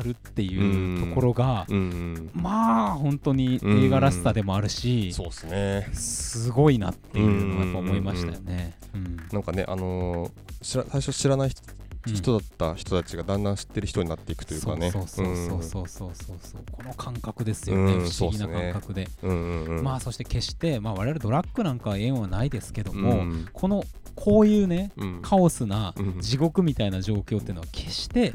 A: るっていうところが、
B: うんうん
A: まあ本当に映画らしさでもあるし、
B: そうですね
A: すごいなっていうのはやっぱ思いましたよね。うん
B: なんかねあのー知ら最初知らない人
A: うん
B: 人だった人たちがだんだん知ってる人になっていくというかね
A: そうそうそうそうそうそうそう、この感覚ですよ
B: うん
A: ね、不思議
B: そ
A: な
B: うっすね
A: 感覚で。
B: うんうんうんうん
A: まあそして決して、まあ、我々ドラッグなんかは縁はないですけども、
B: うん
A: このこういうね
B: うん
A: カオスな
B: うん
A: 地獄みたいな状況っていうのは決 して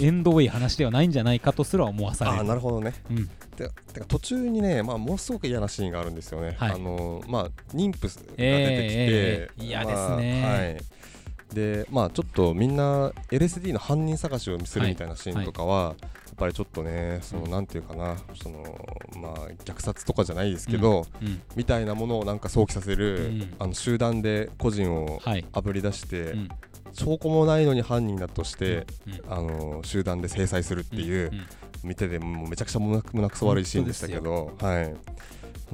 A: 縁遠い話ではないんじゃないかとすら思わさ
B: ああ
A: れる。
B: なるほどね
A: うん
B: てかてか途中にね、まあ、ものすごく嫌なシーンがあるんですよね、
A: はい
B: あのまあ、妊婦が出て
A: ええ
B: きて、
A: ええ嫌ですね
B: まあはいでまあ、ちょっとみんな LSD の犯人探しをするみたいなシーンとかは、やっぱりちょっとねそのなんていうかなその、まあ、虐殺とかじゃないですけど、
A: うん
B: みたいなものをなんか想起させる、
A: うん
B: あの集団で個人を
A: はい
B: あぶり出して、
A: うん
B: 証拠もないのに犯人だとして、
A: うん
B: あの集団で制裁するっていう。
A: んん
B: 見ててもうめちゃくちゃ胸胸くそ悪いシーンでしたけど、はい、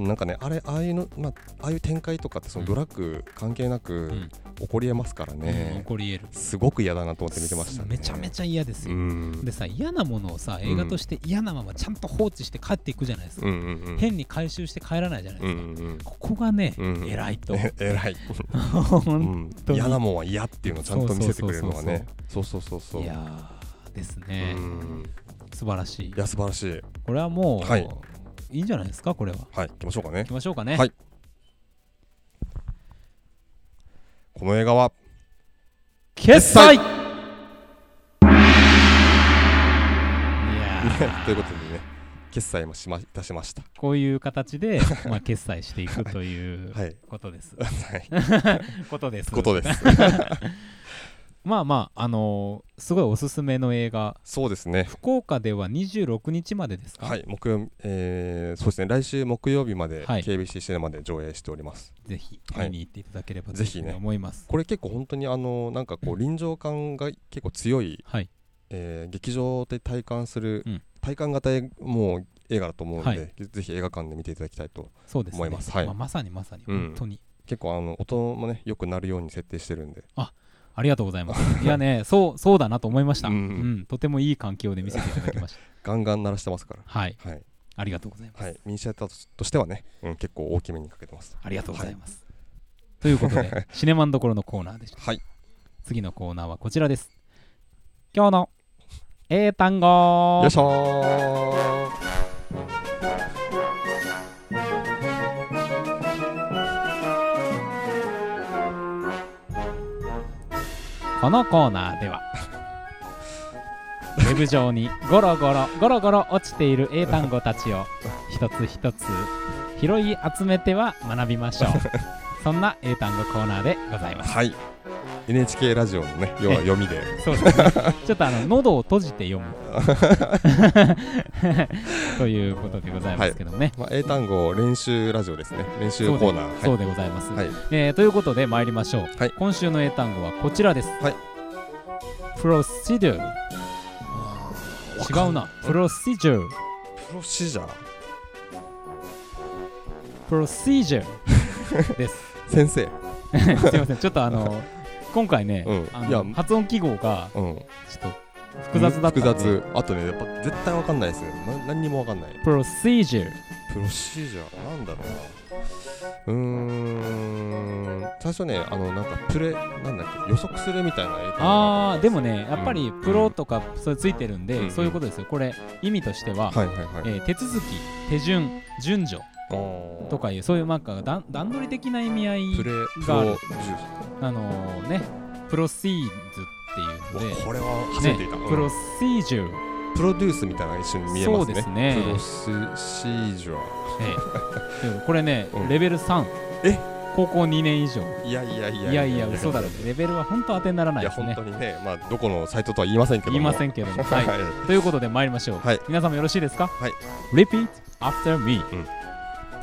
B: なんかねあれああいうの、まあ、ああいう展開とかってその
A: うん
B: ドラッグ関係なく
A: ん
B: 起こりえますから
A: うん
B: ね
A: 起、こり得る
B: すごく嫌だなと思って見てました、ね、
A: めちゃめちゃ嫌です
B: う
A: よ、
B: ん
A: でさ嫌なものをさ映画として嫌なままちゃんと放置して帰っていくじゃないですか、
B: うんうんうん
A: 変に回収して帰らないじゃないで
B: う
A: す
B: ん
A: か、
B: うんうん
A: ここがね、
B: うん
A: 偉いと
B: えらい、う
A: 本
B: ん、
A: 当に
B: 嫌なもんは嫌っていうのをちゃんと見せてくれるのがねそうそうそうそう
A: いやーですね、
B: うん
A: 素晴らしい
B: いや素晴らしい
A: これはもう、
B: はいい、
A: いんじゃないですかこれは行
B: はい行きましょうかね
A: きましょうかね、
B: はいこの映画は
A: 決済いやー
B: ということでね決済もしまいたしました
A: こういう形で、まあ、決済していくという
B: はい
A: ことです。
B: はい
A: ことです。
B: ことです
A: まあまあ、あのーすごいおすすめの映画、
B: そうですね
A: 福岡では26日までですか、
B: はい、木曜、えー、そうですね、来週木曜日まで、
A: はい
B: KBC シネマで上映しております。
A: ぜひ
B: はい
A: 見に行っていただければと
B: ぜ
A: いう
B: ひ
A: ふう
B: ね
A: に思います。
B: これ結構本当にあのなんかこう臨場感が結構強い、
A: はい、
B: えー劇場で体感する、
A: うん
B: 体感型映もう映画だと思うので、
A: はい
B: ぜひ映画館で見ていただきたいと
A: そうですね。
B: 思いますはい
A: まあまさにまさに、
B: うん
A: 本当に。
B: 結構あの音もねよくなるように設定してるんで
A: ありがとうございます。いやね、そう、そうだなと思いました。う
B: うんん、
A: とてもいい環境で見せていただきました。
B: ガンガン鳴らしてますから
A: はい、
B: はい、
A: ありがとうございます。
B: はい、ミニシアターとしてはね、うん、結構大きめにかけてます
A: ありがとうございます。ということで、シネマンどころのコーナーでした。
B: はい
A: 次のコーナーはこちらです。今日の英単語
B: よいしょー
A: このコーナーで はウェブ上にゴロゴロゴロゴロ落ちている英単語たちを一つ一つ拾い集めては学びま しょうそんな英単語コーナーでございます
B: はい NHK ラジオのね要は読みで
A: そうですねちょっとあの喉を閉じて 読むということでございますけどもね、
B: まあ、英単語練習ラジオですね。練習コーナー。
A: そう
B: は
A: でございます、
B: い。はい。
A: えーということで参りましょう、
B: はい
A: 今週の英単語はこちらです、
B: はい
A: プロシデュー違うなプロシデュー
B: プロシジャー。
A: プロシ ジューです
B: 先生。
A: すいませんちょっとあの今回ね、
B: うん
A: あ
B: いや
A: の発音記号が
B: うん。
A: ちょっと複雑だった
B: 複
A: んで
B: 雑。あとね、やっぱ絶対わかんないですよ。な何にもわかんない。
A: プロシジュー
B: プロシジャー。なんだろうな。うーん。最初ね、あの、なんかプレ、なんだっけ、予測するみたいな英単語だと思
A: あ
B: うん
A: ーですもねやっぱりプロとかそれついてるんで、
B: うん
A: そういうことですよこれ意味としては、
B: はいはいはい。
A: えー手続き手順順序
B: あー
A: とかいうそういうなんか段段取り的な意味合い
B: プレ、プ
A: がある
B: ロ、ジ
A: あのねプロシーズっていう
B: ュー
A: ので
B: ス。うわこれは初めていた。
A: ね
B: うん
A: プロシージュー、
B: プロデュースみたいなの一緒に見え
A: そ
B: ますね。
A: うですね
B: プロシシジャー。
A: ええでもこれね、
B: うん
A: レベル3
B: え
A: 高校2年以上
B: いやいやいや
A: いやいや嘘だろレベルは本当当てにならないい
B: や
A: です
B: 本
A: ね
B: 当にね、まあ、どこのサイトとは言いませんけども
A: 言いません けども、はい、
B: は
A: ということで参りましょう、
B: はい
A: 皆さんもよろしいですか、
B: はい
A: Repeat after me、
B: うん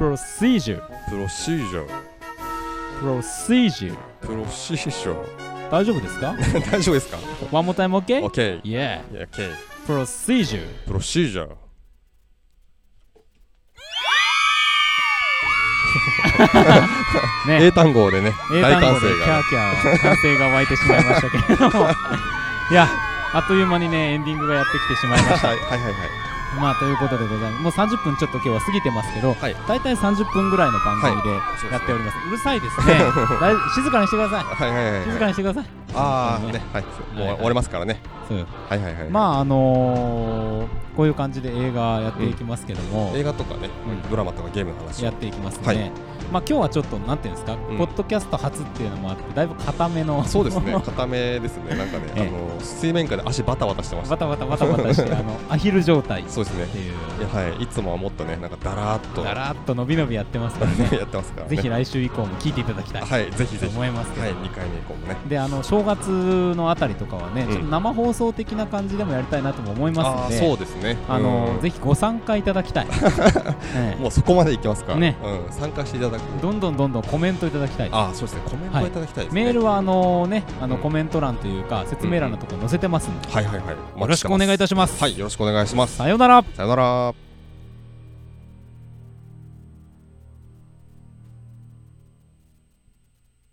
A: Procedure
B: い、プロシージョン
A: Procedure
B: プロシージョ
A: 大丈夫です か
B: ン大丈夫ですか
A: ?One more time OK?
B: ?OK
A: Yeah
B: いや OK
A: Procedure
B: プロシージョン
A: ね
B: 英単語でね
A: 英
B: 大
A: 単
B: 歓
A: 語で
B: 声
A: キャ
B: が
A: ーキャー歓声が湧いてしまいましたけれど もいやあっという間にねエンディングがやってきてしまいました
B: はいはいはいはい
A: まあということでございますもう30分ちょっと今日は過ぎてますけど、
B: はい
A: 大体30分ぐらいの番組で
B: そうですね
A: やっております、うるさい ですねだい静かにしてください
B: はいはいはい
A: 静
B: は
A: か
B: い
A: にしてください
B: ああ
A: ね
B: ねはい
A: はいは
B: もう
A: い
B: 終わりますからね
A: そうよ
B: はいはいはい
A: まああのー、こういう感じで映画やっていきますけども、
B: 映画とかね
A: うん
B: ドラマとかゲームの話
A: やっていきますね、
B: はい
A: まあ今日はちょっとなんていうんですか、
B: ん
A: ポッドキャスト初っていうのもあってだいぶ固めの
B: そ うですね固めですねなんかね
A: ええ
B: あの水面下で足バタバタしてました
A: バタバタバタバタ してあのアヒル状態っ
B: そうですね
A: ていう
B: いやはいいつもはもっとねなんかダラーっと
A: だらっと伸び伸びやってますからね
B: やってます からね
A: ぜひ来週以降も聞いていただきたい
B: はい
A: と
B: ぜひぜひ
A: 思
B: はい
A: ますけど、
B: い二回目以降もね
A: であの正月のあたりとかはね、
B: うん
A: ちょっと生放送的な感じでもやりたいなとも思いま
B: あ
A: す
B: あ
A: ので
B: そうですね
A: あの
B: うん
A: ぜひご参加いただきた い、ええ
B: もうそこまでいきますか
A: ね
B: うん参加していただく
A: どんどんどんどんコメントいただきたい
B: ああそうですねコメントいただきたいですね
A: メールはあのねあの
B: うん
A: コメント欄というか説明欄のところ載せてますんで、
B: はいはいはい
A: よろしくお願いいたします、
B: はいよろしくお願いします
A: さようなら
B: さよなら